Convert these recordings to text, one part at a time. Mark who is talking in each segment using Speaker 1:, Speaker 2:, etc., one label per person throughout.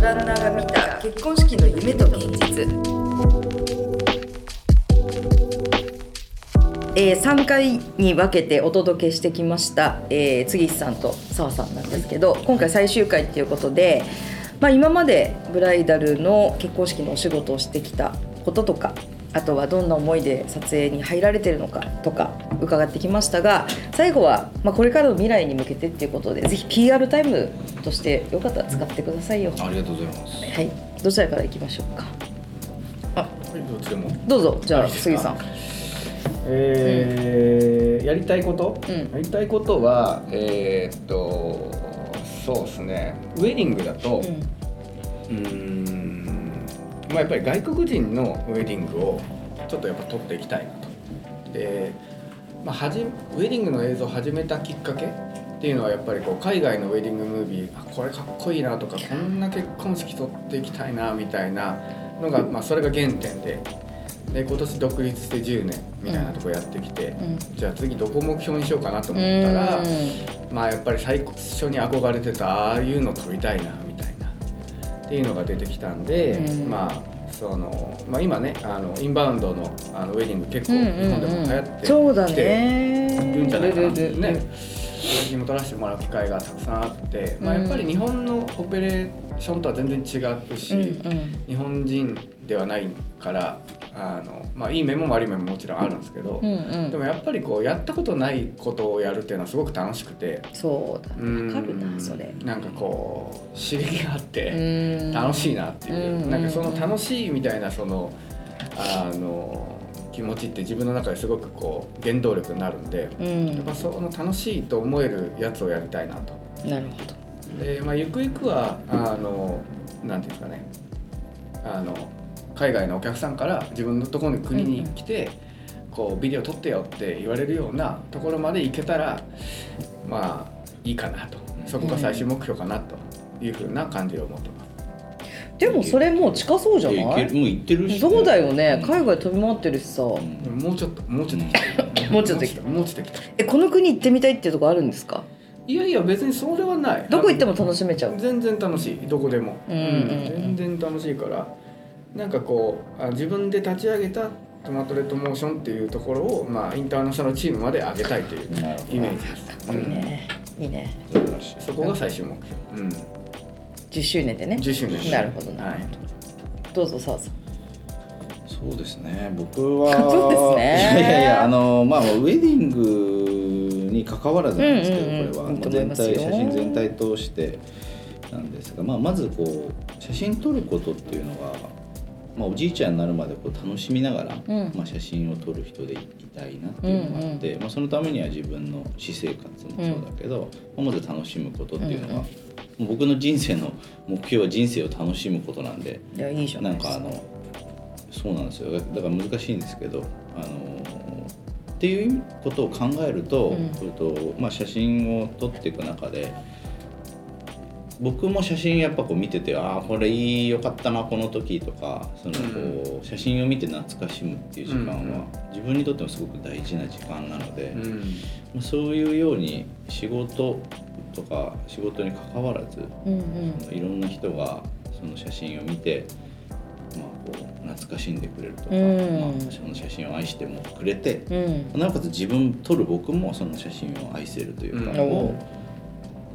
Speaker 1: 旦那が見た結婚式の夢と現実、えー、3回に分けてお届けしてきました、えー、杉さんと澤さんなんですけど今回最終回っていうことで、まあ、今までブライダルの結婚式のお仕事をしてきたこととかあとはどんな思いで撮影に入られてるのかとか伺ってきましたが最後は、まあ、これからの未来に向けてっていうことでぜひ PR タイムとしてよかったら使ってくださいよ。
Speaker 2: ありがとうございます。
Speaker 1: はい、どちらからいきましょうか。
Speaker 2: どっちでも。
Speaker 1: どうぞ、じゃ
Speaker 2: は
Speaker 1: あ、
Speaker 2: い
Speaker 1: 杉さん。
Speaker 3: えーやりたいこと、
Speaker 1: うん
Speaker 3: やりたいことはえーっとそうですねウェディングだとうーんまあやっぱり外国人のウェディングをちょっとやっぱ撮っていきたいなとで、まあ、はじウェディングの映像を始めたきっかけっていうのはやっぱりこう海外のウェディングムービーあこれかっこいいなとかこんな結婚式撮っていきたいなみたいなのが、まあ、それが原点でで今年独立して10年みたいなとこやってきて、
Speaker 1: うん
Speaker 3: じゃあ次どこ目標にしようかなと
Speaker 1: う
Speaker 3: 思ったら。
Speaker 1: ー
Speaker 3: まあやっぱり最初に憧れてたああいうの撮りたいなみたいなっていうのが出てきたんで、
Speaker 1: うん
Speaker 3: まあそのまあ、今ねあのインバウンドのあのウェディング結構
Speaker 1: ん
Speaker 3: 日
Speaker 1: うん
Speaker 3: 本でも流行ってきて
Speaker 1: そうだ
Speaker 3: る
Speaker 1: ね。
Speaker 3: んじゃないかなって
Speaker 1: るるる
Speaker 3: ね私も撮らせてもらう機会がたくさんあって、まあ、
Speaker 1: うん
Speaker 3: やっぱり日本のオペレーションとは全然違うし、
Speaker 1: うんうん
Speaker 3: 日本人ではないからあの、まあ、いい面も悪い面ももちろんあるんですけど、
Speaker 1: うんうん
Speaker 3: でもやっぱりこうやったことないことをやるっていうのはすごく楽しくて。
Speaker 1: そうだ
Speaker 3: うん
Speaker 1: わかるなそれ
Speaker 3: なんかこう刺激があって
Speaker 1: 楽
Speaker 3: 楽しいなっていう、
Speaker 1: うん
Speaker 3: なんかその楽しいみたいなそのあの気持ちって自分の中ですごくこう原動力になるんで、
Speaker 1: う
Speaker 3: やっ
Speaker 1: ん
Speaker 3: ぱその楽しいと思えるやつをやりたいなと。
Speaker 1: なるほど
Speaker 3: でまあ、ゆくゆくはあのなんていうんですかねあの海外のお客さんから自分のところに国に来て、こうビデオ撮ってよって言われるようなところまで行けたらまあいいかなとそこが最終目標かなというふうな感じを持ってます。
Speaker 1: でもそれもう近そうじゃ
Speaker 2: い
Speaker 1: な
Speaker 2: やいける
Speaker 1: い
Speaker 2: もう行ってるし。
Speaker 1: そうだよね
Speaker 2: うん
Speaker 1: 海外飛び回ってるしさ
Speaker 2: うん
Speaker 3: もうちょっともうちょっと来た
Speaker 1: もうちょっと来た
Speaker 3: もうちょっと来た
Speaker 1: えこの国行ってみたいっていうとこあるんですか
Speaker 3: いやいや別にそれはない
Speaker 1: どこ行って
Speaker 3: も
Speaker 1: も楽しめちゃう
Speaker 3: 全然楽しいどこでも、
Speaker 1: うんうんうん
Speaker 3: 全然楽しいからなんかこうあ自分で立ち上げたトマトレッドモーションっていうところを、まあ、インターナショナルチームまで上げたいという
Speaker 2: なるほど
Speaker 3: イメージです、
Speaker 1: いいねいいね
Speaker 2: 素晴らしい
Speaker 3: うんそこが最終目標、うん、
Speaker 1: 10周年でね
Speaker 3: 10周年
Speaker 1: なるほどな
Speaker 3: は
Speaker 1: る
Speaker 3: い
Speaker 1: ほどどうぞ澤さん
Speaker 2: そうですね。僕は
Speaker 1: そうですね
Speaker 2: いやいやあのまあウェディングに関わらずなんですけど、
Speaker 1: うんうんうん
Speaker 2: これは、
Speaker 1: いいと思い
Speaker 2: 全
Speaker 1: ますよ
Speaker 2: 体写真全体通してなんですが、まあまずこう写真撮ることっていうのが。まあ、おじいちゃんになるまでこう楽しみながら、
Speaker 1: うん
Speaker 2: まあ、写真を撮る人でいたいなっていうのがあって、まあ、そのためには自分の私生活もそうだけど、まあまず楽しむことっていうのが、
Speaker 1: うん
Speaker 2: もう僕の人生の目標は人生を楽しむことなんで、
Speaker 1: いやいいじゃな
Speaker 2: ないん
Speaker 1: です
Speaker 2: かあのそうなんですよだだから難しいんですけどあのっていうことを考えると,、
Speaker 1: うん
Speaker 2: えっとまあ、写真を撮っていく中で僕も写真やっぱこう見ててああこれいいよかったなこの時とかそのこう、写真を見て懐かしむっていう時間
Speaker 3: うんう
Speaker 2: は、自分にとってもすごく大事な時間なので、
Speaker 3: うん
Speaker 2: まあそういうように仕事とか仕事に関わらず
Speaker 1: うんうん
Speaker 2: いろんな人がその写真を見て、まあ、こう懐かしんでくれるとか、
Speaker 1: うん
Speaker 2: まあ、その写真を愛してもくれて
Speaker 1: うん
Speaker 2: なおかつ自分撮る僕もその写真を愛せるというか、
Speaker 3: うん
Speaker 2: を、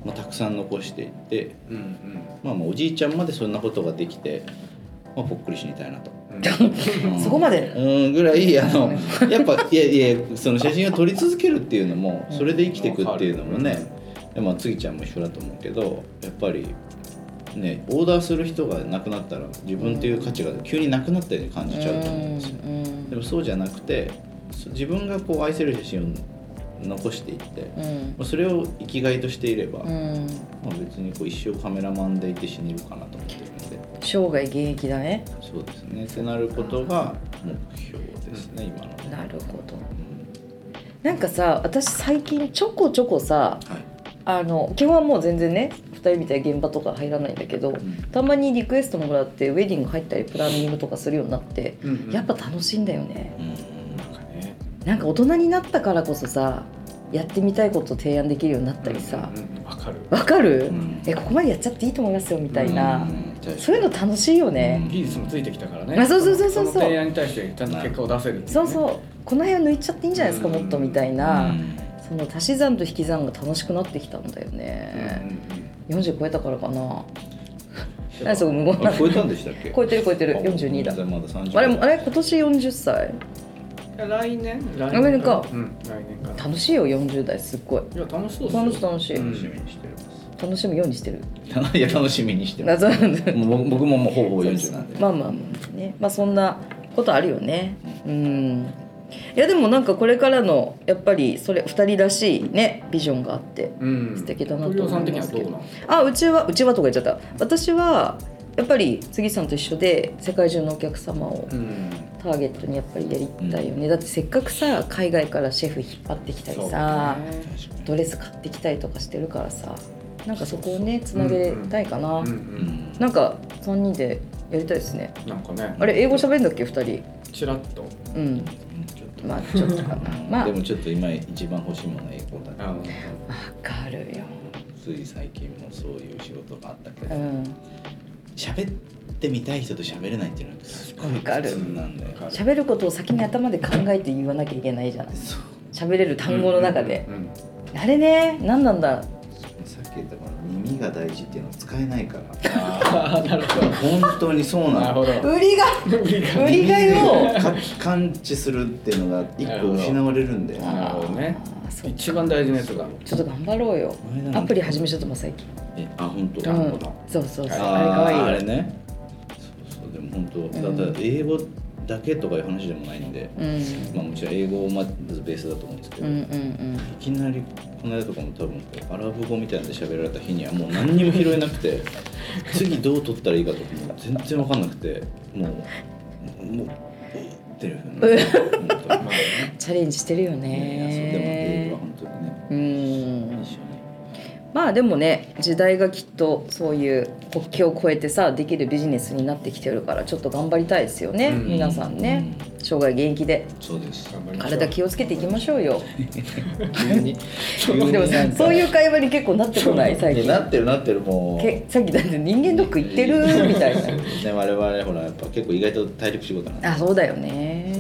Speaker 2: まあ、たくさん残していって、
Speaker 3: うん
Speaker 2: まあ、まあおじいちゃんまでそんなことができて、まあ、ぽっくり死にたいなと。
Speaker 3: うんうん
Speaker 2: うん
Speaker 1: そこまで
Speaker 2: うんぐらいあ のやっぱいやいやその写真を撮り続けるっていうのも
Speaker 1: うん
Speaker 2: それで生きていくっていうのもね、でまあつぎちゃんも一緒だと思うけどやっぱりねオーダーする人がなくなったら自分っていう価値が急になくなったように感じちゃうと思うんですよ。
Speaker 1: うん
Speaker 2: でもそうじゃなくてそ自分がこう愛せる写真を残していって
Speaker 1: う
Speaker 2: ま
Speaker 1: ん
Speaker 2: あそれを生きがいとしていれば、
Speaker 1: う
Speaker 2: ま
Speaker 1: ん
Speaker 2: あ、別にこう一生カメラマンでいて死ねるかなと思ってるので
Speaker 1: 生涯現役だね
Speaker 2: そうですねってなることが目標ですね、今のね。
Speaker 1: なるほど
Speaker 2: うん
Speaker 1: なんかさ私最近ちょこちょこさ
Speaker 2: はい。
Speaker 1: あの基本はもう全然ね2人みたいに現場とか入らないんだけどたまにリクエストもらってウェディング入ったりプランニングとかするようになって
Speaker 3: うんうん
Speaker 1: やっぱ楽しいんだよね
Speaker 2: うん
Speaker 3: なんかね
Speaker 1: なんか大人になったからこそさやってみたいことを提案できるようになったりさ
Speaker 3: うんうんわかる
Speaker 1: わかる
Speaker 2: うん
Speaker 1: えここまでやっちゃっていいと思いますよみたいな
Speaker 2: うん
Speaker 1: そういうの楽しいよね、
Speaker 3: 技術もついてきたからね
Speaker 1: あそうそうそうそうそう
Speaker 3: の提案に対してちゃんと結果を出せるっていね
Speaker 1: そうそうこの辺を抜いちゃっていいんじゃないですか、
Speaker 3: うん
Speaker 1: もっとみたいな、
Speaker 2: ん
Speaker 1: その足し算と引き算が楽しくなってきたんだよ
Speaker 3: うんうん
Speaker 1: ね、
Speaker 3: うん
Speaker 1: 40超えたからかな何そこ無言な
Speaker 2: あ
Speaker 1: の
Speaker 2: 超えたんでしたっけ
Speaker 1: 超えてる超えてる42だ
Speaker 2: あまだ30
Speaker 1: あれあれ今年40歳
Speaker 3: いや来年来
Speaker 1: アメリカ
Speaker 3: うん来年か
Speaker 1: 楽しいよ40代すっごい
Speaker 3: いや楽しそうですよ
Speaker 1: 楽しい楽しい、
Speaker 3: うん
Speaker 2: 楽し
Speaker 1: 楽しむ
Speaker 2: みにしてま
Speaker 1: ようにしてる
Speaker 2: すいや楽しみにしてます
Speaker 1: 謎なんだ
Speaker 2: もう僕ももうほぼ40なんで
Speaker 1: まあまあまあねまあそんなことあるよねうんいやでもなんかこれからのやっぱりそれ2人らしいねビジョンがあって
Speaker 3: うん
Speaker 1: 素敵だなと思いま
Speaker 3: 鳥尾
Speaker 1: す
Speaker 3: さん的にはどうなの
Speaker 1: あうちはうちはとか言っちゃった私はやっぱり杉さんと一緒で世界中のお客様を
Speaker 3: うん
Speaker 1: ターゲットにやっぱりやりたいよね、だってせっかくさ海外からシェフ引っ張ってきたりさ、
Speaker 3: そうね
Speaker 2: 確かに
Speaker 1: ドレス買ってきたりとかしてるからさなんかそこをねつなげたいかな、
Speaker 3: うんう
Speaker 2: うんん
Speaker 1: なんか3人でやりたいですね
Speaker 3: なんかね
Speaker 1: あれ英語喋るんだっけ2
Speaker 3: チラッと
Speaker 1: 人うん
Speaker 2: ちょっと
Speaker 1: まあちょっと かなまあ
Speaker 2: で
Speaker 1: わ
Speaker 2: もちょっと今一番欲しいものは英語だね
Speaker 3: あの
Speaker 1: かるよ
Speaker 2: つい最近もそういう仕事があったけ
Speaker 1: う
Speaker 2: ど
Speaker 1: ん
Speaker 2: 喋ってみたい人と喋れないっていうのはすごい普通なんだよ
Speaker 3: わか
Speaker 1: 喋ることを先に頭で考えて言わなきゃいけないじゃない
Speaker 2: そう
Speaker 1: 喋れる単語の中で、
Speaker 3: うんうんうん
Speaker 1: あれね何なんだ
Speaker 2: さっき言ったから耳が大事っていうのは使えな いから
Speaker 3: あーなるほど
Speaker 2: 本当にそう
Speaker 3: な
Speaker 2: な
Speaker 3: る
Speaker 2: の
Speaker 3: ほど
Speaker 1: 売り が
Speaker 3: 無理が
Speaker 1: 売りがよ
Speaker 2: か感知するっていうのが一個失われるんだ よ
Speaker 3: なるほどね
Speaker 1: あーそう
Speaker 3: 一番大事なやつが
Speaker 1: ちょっと頑張ろうよ
Speaker 2: この間なんか
Speaker 1: アプリ始めちゃったもん最近
Speaker 2: えあ本当
Speaker 1: う
Speaker 2: なる
Speaker 1: ん
Speaker 2: ほど
Speaker 1: そうそうそうあれか
Speaker 2: あ
Speaker 1: わいい
Speaker 2: ー
Speaker 1: よ
Speaker 2: あれねそうそうでも本当
Speaker 1: うん
Speaker 2: だって英語だけとかいう話でもないんで、
Speaker 1: うん
Speaker 2: まあもちろん英語をまずベースだと思うんですけ
Speaker 1: う
Speaker 2: ど、
Speaker 1: んうん
Speaker 2: い
Speaker 1: うん
Speaker 2: きなりこの間とかも多分アラブ語みたいなんで喋られた日にはもう何にも拾えなくて次どう取ったらいいかとかも全然分かんなくてもうもうってるよね本当にまあね
Speaker 1: チャレンジしてるよ
Speaker 2: いやいやそうでも英語
Speaker 1: ね
Speaker 2: は本当にね
Speaker 1: うん
Speaker 2: 一緒に
Speaker 1: まあでもね時代がきっとそういう国境を越えてさできるビジネスになってきてるからちょっと頑張りたいですよね、
Speaker 3: うん
Speaker 1: 皆さんね、生涯現役で
Speaker 2: そうです
Speaker 3: 頑張りましょう
Speaker 1: 体気をつけていきましょうよ
Speaker 2: 急に急に
Speaker 1: でも
Speaker 2: なんか
Speaker 1: そういう会話に結構なってこない最
Speaker 2: いや
Speaker 1: 近
Speaker 2: なってるなってるもう
Speaker 1: けさっきだって人間ドック行ってるみたいな
Speaker 2: ね我々ほらやっぱ結構意外と体力仕事なんで
Speaker 1: あそうだよ
Speaker 2: そうそうそう
Speaker 1: ね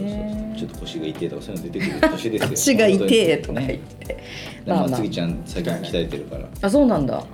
Speaker 2: ちょっと腰が痛いとかそういうの出てくる年ですよ
Speaker 1: 足が痛えとか言っ
Speaker 2: ね
Speaker 1: て、
Speaker 2: でま
Speaker 1: まあ
Speaker 2: あ
Speaker 1: まあ
Speaker 2: 次ちゃん最近鍛えてるから
Speaker 1: あそうなんだ
Speaker 3: は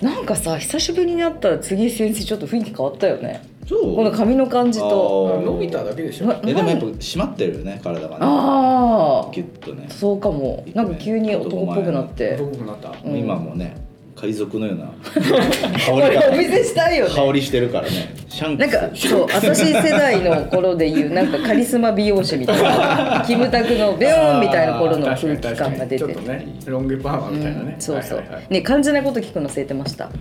Speaker 1: なんかさ久しぶりに会ったら次先生ちょっと雰囲気変わったよね
Speaker 2: そう
Speaker 1: この髪の感じと
Speaker 3: いあ伸びただけでしょ
Speaker 1: な
Speaker 2: えでもやっぱ締まってるよね体がね
Speaker 1: あ
Speaker 2: ギュッとね
Speaker 1: あそうかもなんか急に男っぽくなって
Speaker 3: 男っぽくなった
Speaker 1: うん
Speaker 2: 今もね海賊のよ うな
Speaker 1: こ
Speaker 2: 香り
Speaker 1: れ
Speaker 2: が
Speaker 1: お見せしたいよ
Speaker 2: 香
Speaker 1: ね
Speaker 2: りしてるからねシャンク
Speaker 1: な
Speaker 2: ス
Speaker 1: んかそう私世代の頃でいうなんかカリスマ美容師みたい なキムタクのビョーンみたいな頃の空気感が出て
Speaker 3: ちょっ
Speaker 1: る
Speaker 3: とねロングパーマみたいなね、
Speaker 1: うんそうそう、
Speaker 3: はいはいはい
Speaker 1: ね肝心なこと聞くの忘れてました
Speaker 2: はい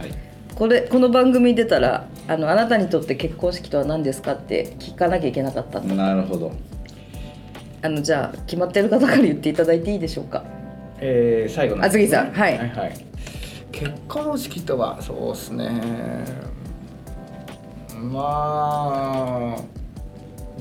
Speaker 1: これこの番組出たらあの「あなたにとって結婚式とは何ですか?」って聞かなきゃいけなかったんだ
Speaker 2: なるほど
Speaker 1: あのじゃあ決まってる方から言っていただいていいでしょうか
Speaker 3: えー、最後の
Speaker 1: あ杉さんはい
Speaker 3: はいはい、結婚式とはそうですねまあ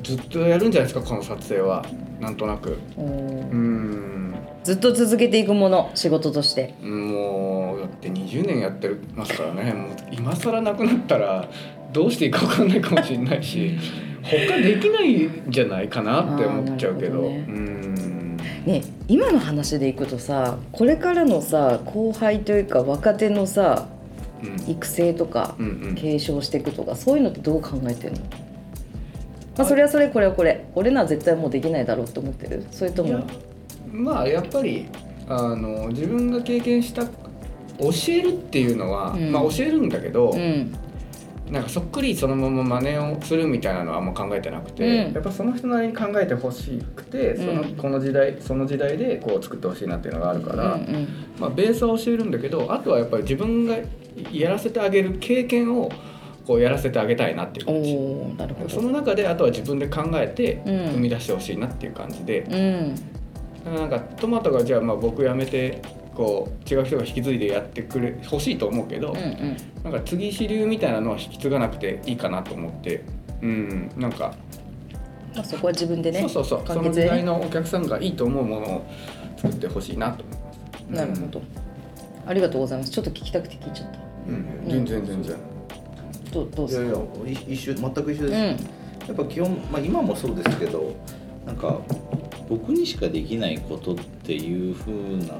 Speaker 3: ずっとやるんじゃないですかこの撮影はなんとなく
Speaker 1: うん
Speaker 3: うん
Speaker 1: ずっと続けていくもの仕事として
Speaker 3: もうだって20年やってますからねもう今更なくなったらどうしていいか分かんないかもしれないし他できないんじゃないかなって思っちゃうけど
Speaker 1: あーなるほ
Speaker 3: うん
Speaker 1: ね今の話でいくとさこれからのさ後輩というか若手のさ
Speaker 3: うん
Speaker 1: 育成とか
Speaker 3: うんうん
Speaker 1: 継承していくとかそういうのってどう考えてるのまあそれはそれこれはこれ俺らは絶対もうできないだろうと思ってるそれと
Speaker 3: いや
Speaker 1: も
Speaker 3: まあやっぱりあの自分が経験した教えるっていうのは、
Speaker 1: うん
Speaker 3: まあ教えるんだけど、
Speaker 1: うん
Speaker 3: なんかそっくりそのまま真似をするみたいなのはあんま考えてなくて、
Speaker 1: うん
Speaker 3: やっぱその人なりに考えてほしくてその、
Speaker 1: うん
Speaker 3: この時代その時代でこう作ってほしいなっていうのがあるから、
Speaker 1: うんうん
Speaker 3: まあ、ベースは教えるんだけどあとはやっぱり自分がやらせてあげる経験をこうやらせてあげたいなっていう
Speaker 1: お
Speaker 3: 感じ。
Speaker 1: ーなるほ
Speaker 3: そ
Speaker 1: ど
Speaker 3: の中であとは自分で考えて
Speaker 1: うん
Speaker 3: 生み出してほしいなっていう感じで、
Speaker 1: うん
Speaker 3: なんかトマトがじゃあまあ僕辞めてこう違う人が引き継いでやってくれ欲しいと思うけど、
Speaker 1: うんうん
Speaker 3: なんか次支流みたいなのは引き継がなくていいかなと思ってうんなんか、
Speaker 1: まあそこは自分でね
Speaker 3: そうそうそうそ
Speaker 1: 完
Speaker 3: の
Speaker 1: 結
Speaker 3: 時
Speaker 1: で
Speaker 3: 代
Speaker 1: ね
Speaker 3: のお客さんがいいと思うものを作ってほしいなと思います。
Speaker 1: なるほどありがとうございますちょっと聞きたくて聞いちゃった
Speaker 3: うん、うん全然全然
Speaker 1: どうどうで
Speaker 2: いや
Speaker 1: す
Speaker 2: い
Speaker 1: か
Speaker 2: やい一緒全く一緒
Speaker 1: うん
Speaker 2: です、やっぱ基本、まあ、今もそうですけどなんか僕にしかできないことっていうふうな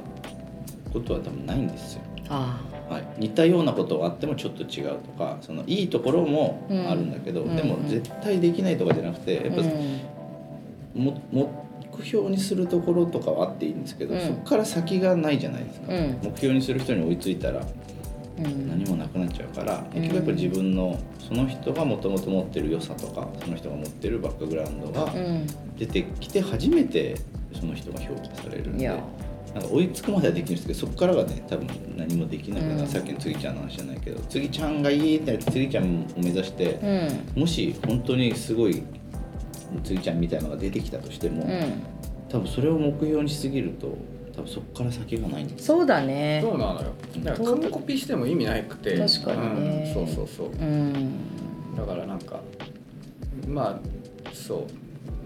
Speaker 2: ことは多分ないんですよ、
Speaker 1: あ
Speaker 2: はい、似たようなことがあってもちょっと違うとかそのいいところもあるんだけど、
Speaker 1: うん
Speaker 2: でも
Speaker 1: うんうん
Speaker 2: 絶対できないとかじゃなくて
Speaker 1: あ
Speaker 2: やっぱ、も目標にするところとかはあっていいんですけど、
Speaker 1: うん
Speaker 2: そこから先がないじゃないですか、
Speaker 1: うん
Speaker 2: 目標にする人に追いついたら
Speaker 1: うんうん
Speaker 2: 何もなくなっちゃうから
Speaker 1: うん
Speaker 2: 結局やっぱ自分のその人がもともと持ってる良さとかその人が持ってるバックグラウンドが
Speaker 1: う
Speaker 2: 出てきて初めてその人が評価されるん
Speaker 1: んい
Speaker 2: で
Speaker 1: や
Speaker 2: なんか追いつくまではできるんですけどそこからがね多分何もできなくなる、
Speaker 1: うん
Speaker 2: さっきのつぎちゃんの話じゃないけどつぎちゃんがいいってなってつぎちゃんを目指して
Speaker 1: う、ん
Speaker 2: もし本当にすごいつぎちゃんみたいなのが出てきたとしても、
Speaker 1: うん
Speaker 2: 多分それを目標にしすぎると多分そこから先がないんです
Speaker 1: そうだね
Speaker 3: そうなのよだから完コピしても意味なくて
Speaker 1: 確かにね
Speaker 3: うんそうそうそう
Speaker 1: うん
Speaker 3: だからなんかまあそう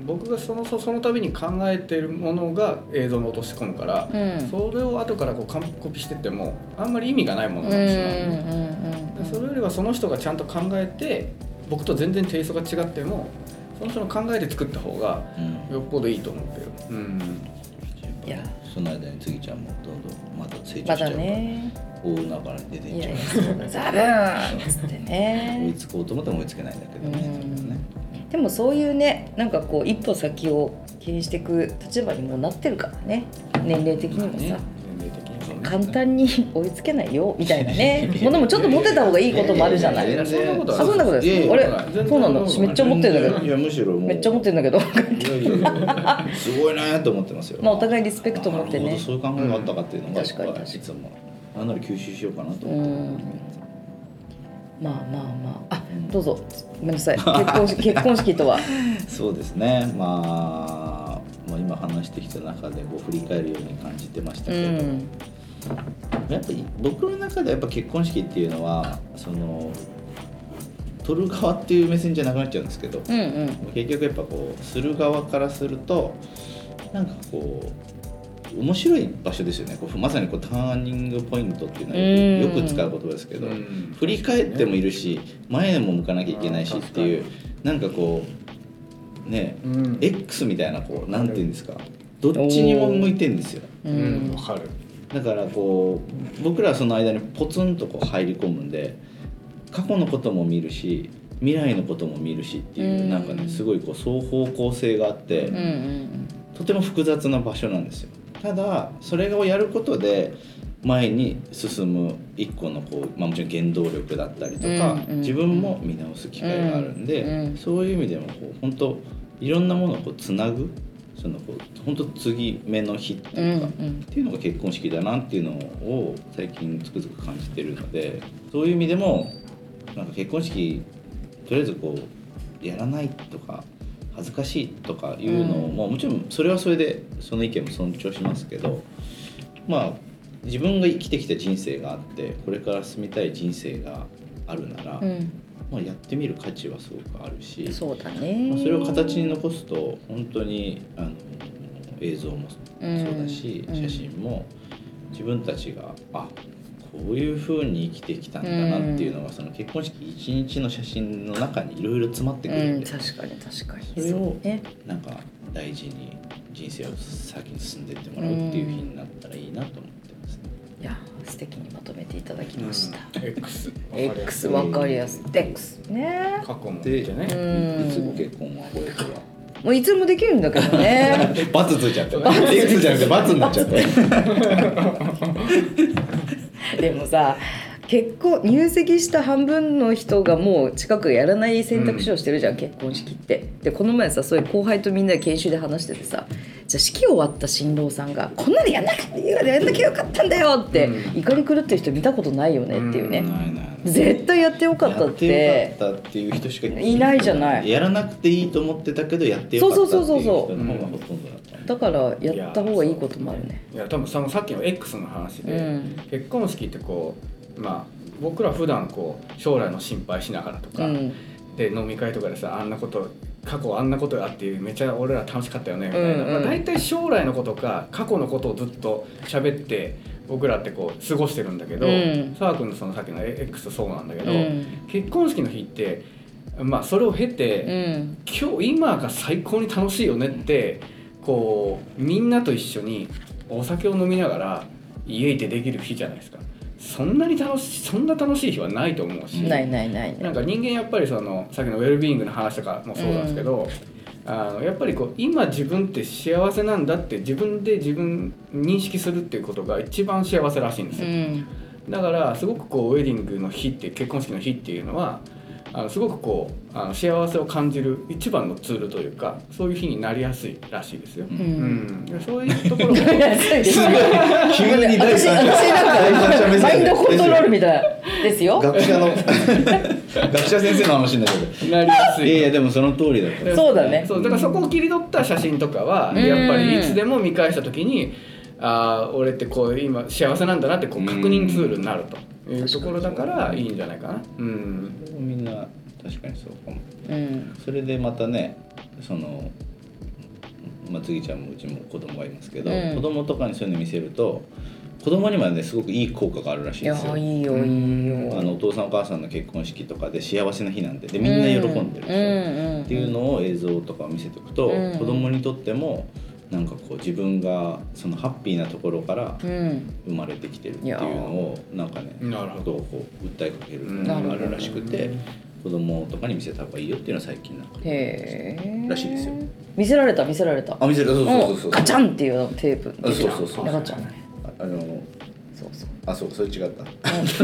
Speaker 3: 僕がそのそその度に考えてるものが映像に落とし込むから、
Speaker 1: うん
Speaker 3: それを後からこう完コピしてってもあんまり意味がないも
Speaker 1: うん
Speaker 3: の
Speaker 1: うん
Speaker 3: なんですよ、
Speaker 1: うんうん
Speaker 3: それよりはその人がちゃんと考えて僕と全然テイストが違ってもその人の考えて作った方が
Speaker 2: よ、
Speaker 3: よっぽどいいと思ってる、うん、
Speaker 1: いや
Speaker 2: その間につぎちゃんもどんどんまた成長
Speaker 1: ま
Speaker 2: しち
Speaker 1: だ
Speaker 2: ゃうから、
Speaker 1: ね
Speaker 2: 大海原に出てい
Speaker 1: い
Speaker 2: っち
Speaker 1: や
Speaker 2: ゃ
Speaker 1: いうや
Speaker 2: か
Speaker 1: ザブーンっつって
Speaker 2: ら 追い
Speaker 1: ね
Speaker 2: つこうと思っても追いつけないんだけどね,それはね、
Speaker 1: でもそういうねなんかこう一歩先を気にしていく立場にもなってるからね年齢的にもさ、
Speaker 3: 年齢的にはね
Speaker 1: 簡単に追いつけないよみたいな ねものもちょっと持ってた方がいいこともあるじゃない
Speaker 2: いやいやいやいや
Speaker 3: そんなこと
Speaker 1: あそんなこと
Speaker 2: いやいや
Speaker 1: あれ
Speaker 3: 全然
Speaker 1: そうなの
Speaker 3: そ
Speaker 1: 私
Speaker 3: ん
Speaker 1: めっ
Speaker 3: なこ
Speaker 1: ちゃ持ってるんだ
Speaker 2: い
Speaker 1: け
Speaker 2: やむしろもう
Speaker 1: どめっちゃ持ってるんだけど
Speaker 2: いやいやいやすごいなと思ってますよ
Speaker 1: まあお互いリスペクト持って
Speaker 2: なる
Speaker 1: ね
Speaker 2: ほどそういう考えがあったかっていうのが、
Speaker 1: うん確かに
Speaker 2: やっぱ
Speaker 1: 確かに
Speaker 2: いつもなんなら吸収しようかなと
Speaker 1: う
Speaker 2: 思って、
Speaker 1: んまあまあまああ
Speaker 2: うん
Speaker 1: どうぞごめんな さい結婚式結婚式とは
Speaker 2: そうですねまあもう今話してきた中でこう振り返るように感じてました
Speaker 1: う
Speaker 2: けど、
Speaker 1: ん
Speaker 2: やっぱり僕の中でやっぱ結婚式っていうのはその撮る側っていう目線じゃなくなっちゃうんですけど、
Speaker 1: うんうん
Speaker 2: 結局やっぱこうする側からするとなんかこう面白い場所ですよねこうまさにこうターニングポイントっていうのはよ
Speaker 1: うん
Speaker 2: くよく使う言葉ですけど、
Speaker 3: うん
Speaker 2: 振り返ってもいるし前も向かなきゃいけないしっていうなんかこうね
Speaker 3: うん
Speaker 2: X みたいなこうなんていうんですかどっちにも向いてんですよ。
Speaker 1: う
Speaker 3: うん
Speaker 1: ん
Speaker 3: わかる
Speaker 2: だからこう僕らはその間にポツンとこう入り込むんで過去のことも見るし未来のことも見るしっていううんなんかねすごいこう双方向性があって
Speaker 1: うんうん
Speaker 2: とても複雑な場所なんですよただそれをやることで前に進む一個のこう、まあ、もちろん原動力だったりとか
Speaker 1: うんうん
Speaker 2: 自分も見直す機会があるん
Speaker 1: うんうん
Speaker 2: でそういう意味でもこう本当いろんなものをこうつなぐそのこう本当次目の日って
Speaker 1: うんう
Speaker 2: い
Speaker 1: ん
Speaker 2: うか。っていうのが結婚式だなっていうのを最近つくづく感じてるのでそういう意味でもなんか結婚式とりあえずこうやらないとか恥ずかしいとかいうのを、
Speaker 1: うん
Speaker 2: まあ、もちろんそれはそれでその意見も尊重しますけどまあ自分が生きてきた人生があってこれから進みたい人生があるなら、
Speaker 1: うん
Speaker 2: まあ、やってみる価値はすごくあるし
Speaker 1: そうだね
Speaker 2: まあそれを形に残すと本当にあの映像もそうだし、
Speaker 1: うん
Speaker 2: 写真も自分たちがあこういうふうに生きてきたんだなっていうのが、その結婚式一日の写真の中にいろいろ詰まってくる
Speaker 1: うんん
Speaker 2: で、
Speaker 1: 確かに確かに
Speaker 2: それを
Speaker 1: うね
Speaker 2: なんか大事に人生を先に進んでってもらうっていう日になったらいいなと思ってますね。
Speaker 1: いや素敵にまとめていただきました、
Speaker 3: X
Speaker 1: X
Speaker 2: は
Speaker 1: わかりやすい X ね
Speaker 3: 過去も
Speaker 2: で
Speaker 3: 見てね
Speaker 1: うん
Speaker 2: いつご結婚はこれとは
Speaker 1: もういつでもできるんだけどね
Speaker 2: バツついちゃった。X じゃなくてバツになっちゃった。
Speaker 1: でもさ結婚入籍した半分の人がもう近くやらない選択肢をしてるじゃん、結婚式ってでこの前さそういう後輩とみんなで研修で話しててさじゃあ式終わった新郎さんが「こんなのやんなかったやんなきゃよかったんだよ」って、
Speaker 3: う
Speaker 1: 怒り狂ってる人見たことないよねっていう
Speaker 2: な
Speaker 1: ね、
Speaker 2: いないない。
Speaker 1: 絶対やってよかったって
Speaker 2: やってよかったっていう人しか
Speaker 1: いないじゃない
Speaker 2: やらなくていいと思ってたけどやってよかったっていう人の方がほとんどだったね
Speaker 1: だからやった方がいいこともあるね
Speaker 3: いや多分そのさっきの X の話で、
Speaker 1: うん
Speaker 3: 結婚式ってこうまあ僕ら普段こう将来の心配しながらと
Speaker 1: う
Speaker 3: か、
Speaker 1: ん
Speaker 3: で飲み会とかでさあんなこと過去あんなことがあってめちゃ俺ら楽しかったよねみたいな、
Speaker 1: うんうん
Speaker 3: まあ、大体将来のことか過去のことをずっと喋って僕らってこう過ごしてるんだけど
Speaker 1: うん
Speaker 3: 澤、君のそのさっきの X そうなんだけ
Speaker 1: う
Speaker 3: ど、
Speaker 1: ん
Speaker 3: 結婚式の日ってまあそれを経て、
Speaker 1: うん
Speaker 3: 今日今が最高に楽しいよねってこうみんなと一緒にお酒を飲みながら家いてできる日じゃないですかそんなに楽しいそんな楽しい日はないと思うし
Speaker 1: ないないない
Speaker 3: なんか人間やっぱりそのさっきのウェルビーイングの話とかもそうなんですけど、あのやっぱりこう今自分って幸せなんだって自分で自分認識するっていうことが一番幸せらしいんです
Speaker 1: う
Speaker 3: よ、
Speaker 1: ん
Speaker 3: だからすごくこうウェディングの日って結婚式の日っていうのはあのすごくこうあの幸せを感じる一番のツールというかそういう日になりやすいらしいですよ。
Speaker 1: う
Speaker 3: うんん、そういうところも
Speaker 1: 安いですね
Speaker 2: 急に第
Speaker 1: 私私
Speaker 2: 三者
Speaker 1: なんかマインドコントロールみたいですよ
Speaker 2: 学者の学者先生の話になっちゃっ
Speaker 3: なりや
Speaker 2: た
Speaker 3: す
Speaker 2: いやい
Speaker 3: い。
Speaker 2: やでもその通りだった
Speaker 1: そうだね
Speaker 3: そうだからそこを切り取った写真とかは
Speaker 1: うん
Speaker 3: やっぱりいつでも見返した時にああ俺ってこう今幸せなんだなってこう確認ツールになるというところだからいいんじゃないかな。うん
Speaker 2: みんな確かにそうかも
Speaker 1: うん
Speaker 2: それでまたねそのまあ次ちゃんもうちも子供がいますけど、
Speaker 1: うん
Speaker 2: 子供とかにそういうの見せると子供にまでねすごくいい効果があるらしい
Speaker 1: い
Speaker 2: んで
Speaker 1: や
Speaker 2: すよ
Speaker 1: いいよいいよ
Speaker 2: あのお父さんお母さんの結婚式とかで幸せな日なんででみんな喜んでるでしょ、
Speaker 1: る
Speaker 2: っていうのを映像とかを見せておくと、
Speaker 1: うん
Speaker 2: 子供にとってもなんかこう自分がそのハッピーなところから
Speaker 1: うん
Speaker 2: 生まれてきてるっていうのをなんかね
Speaker 3: なるほど
Speaker 2: ことをこう訴えかけるのがあるらしくて
Speaker 3: うん
Speaker 2: 子供とかに見せた方がいいよっていうのは最近なんか
Speaker 1: へえ
Speaker 2: らしいですよ
Speaker 1: 見せられた見せられた
Speaker 2: あ見せるそうそうそうそう
Speaker 1: ガチャンっていうのテープ
Speaker 2: あそうそうそう
Speaker 1: なかったね
Speaker 2: ああの
Speaker 1: そうそう
Speaker 2: あそうそれ違った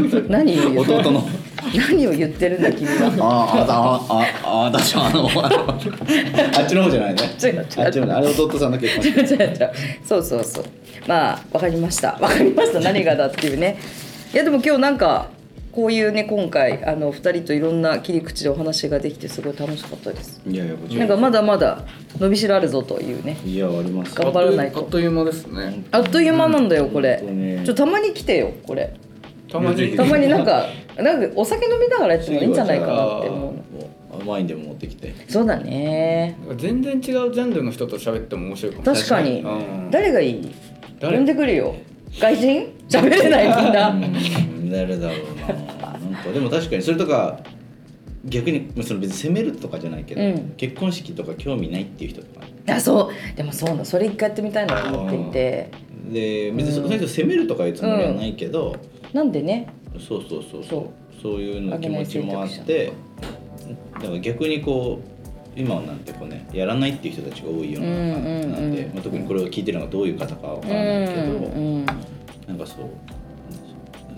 Speaker 1: うん何を言って
Speaker 2: 弟の
Speaker 1: 何を言ってるんだ君は
Speaker 2: ああああああ私はあの あっちの方じゃないね
Speaker 1: 違う違う
Speaker 2: あっちの方じゃないあれ弟さんの結 婚式
Speaker 1: 違う違う違うそうそうそうまあわかりましたわかりました何がだっていうねいやでも今日なんかこういうね今回あの二人といろんな切り口でお話ができてすごい楽しかったです
Speaker 2: いやいやこち
Speaker 1: なんかまだまだ伸びしろあるぞというね
Speaker 2: いやあります
Speaker 1: 頑張らないと
Speaker 3: あっという間ですね。
Speaker 1: あっという間なんだよこれ
Speaker 2: 本当ね
Speaker 1: ちょたまに来てよこれ
Speaker 3: たま
Speaker 2: いやぜ
Speaker 3: に
Speaker 2: ひ
Speaker 1: たまになんかなんかお酒飲みながらやってもいいんじゃないかなって思うの
Speaker 2: もうワインでも持ってきて
Speaker 1: そうだね
Speaker 3: 全然違うジャンルの人と喋っても面白いかも
Speaker 1: 確かに
Speaker 3: うん
Speaker 1: 誰がいい
Speaker 3: 誰
Speaker 1: 呼んでくるよ外人喋れないみん
Speaker 2: う
Speaker 1: な
Speaker 2: ん誰だろうななんかでも確かにそれとか逆にその別に責めるとかじゃないけど、
Speaker 1: うん
Speaker 2: 結婚式とか興味ないっていう人とかね
Speaker 1: あそうでもそうだそれ一回やってみたいなと思っていて
Speaker 2: で別にそ,、
Speaker 1: うん
Speaker 2: の人責めるとかいうつもりはないけど、
Speaker 1: なんでね
Speaker 2: そうそうそう
Speaker 1: そ
Speaker 2: そううそういうの気持ちもあっ
Speaker 1: 危ない
Speaker 2: てだから逆にこう今はなんてこうねやらないっていう人たちが多いような
Speaker 1: うんうんうん
Speaker 2: なんで、まあ、特にこれを聞いてるのがどういう方かはわ
Speaker 1: う
Speaker 2: からないけど、
Speaker 1: んうん
Speaker 2: なんかそう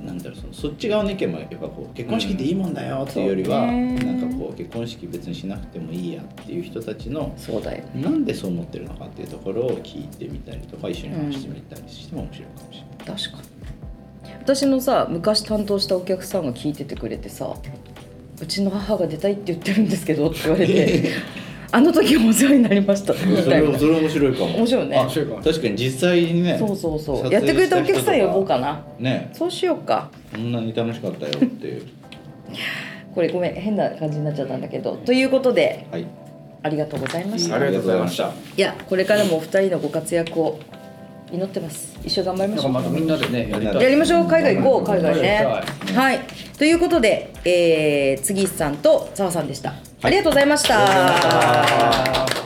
Speaker 2: なんだろうそのそっち側の意見もやっぱこう結婚式っていいもんだよっていうよりは、
Speaker 1: うんそうね
Speaker 2: なんかこう結婚式別にしなくてもいいやっていう人たちの
Speaker 1: そうだよ
Speaker 2: なんでそう思ってるのかっていうところを聞いてみたりとか一緒に話してみたりしても面白いかもしれない。
Speaker 1: 確かに私のさ昔担当したお客さんが聞いててくれてさ「うちの母が出たいって言ってるんですけど」って言われて 「あの時お世話になりました」み
Speaker 2: そ
Speaker 1: たい
Speaker 2: れ
Speaker 1: な
Speaker 2: それ面白いかも
Speaker 1: 面白いね
Speaker 2: あ確かに実際にね
Speaker 1: そうそうそ
Speaker 2: 撮
Speaker 1: う
Speaker 2: 影
Speaker 1: やってくれたお客さん
Speaker 2: した人と
Speaker 1: 呼ぼうかな
Speaker 2: ね
Speaker 1: そうしようか
Speaker 2: こんなに楽しかったよっていう
Speaker 1: これごめん変な感じになっちゃったんだけどということで
Speaker 2: はい
Speaker 1: ありがとうございまし
Speaker 3: あ
Speaker 1: た
Speaker 3: りがとうございました。
Speaker 1: いやこれからもお二人のご活躍を祈ってます一緒頑張りましょう
Speaker 3: またみんなでねやりたい。
Speaker 1: やりましょう海外行こう海外ね
Speaker 3: はい
Speaker 1: はいということで、えー、杉石さんと澤さんでした、ありがとうございました
Speaker 2: ありがとうございました
Speaker 3: あー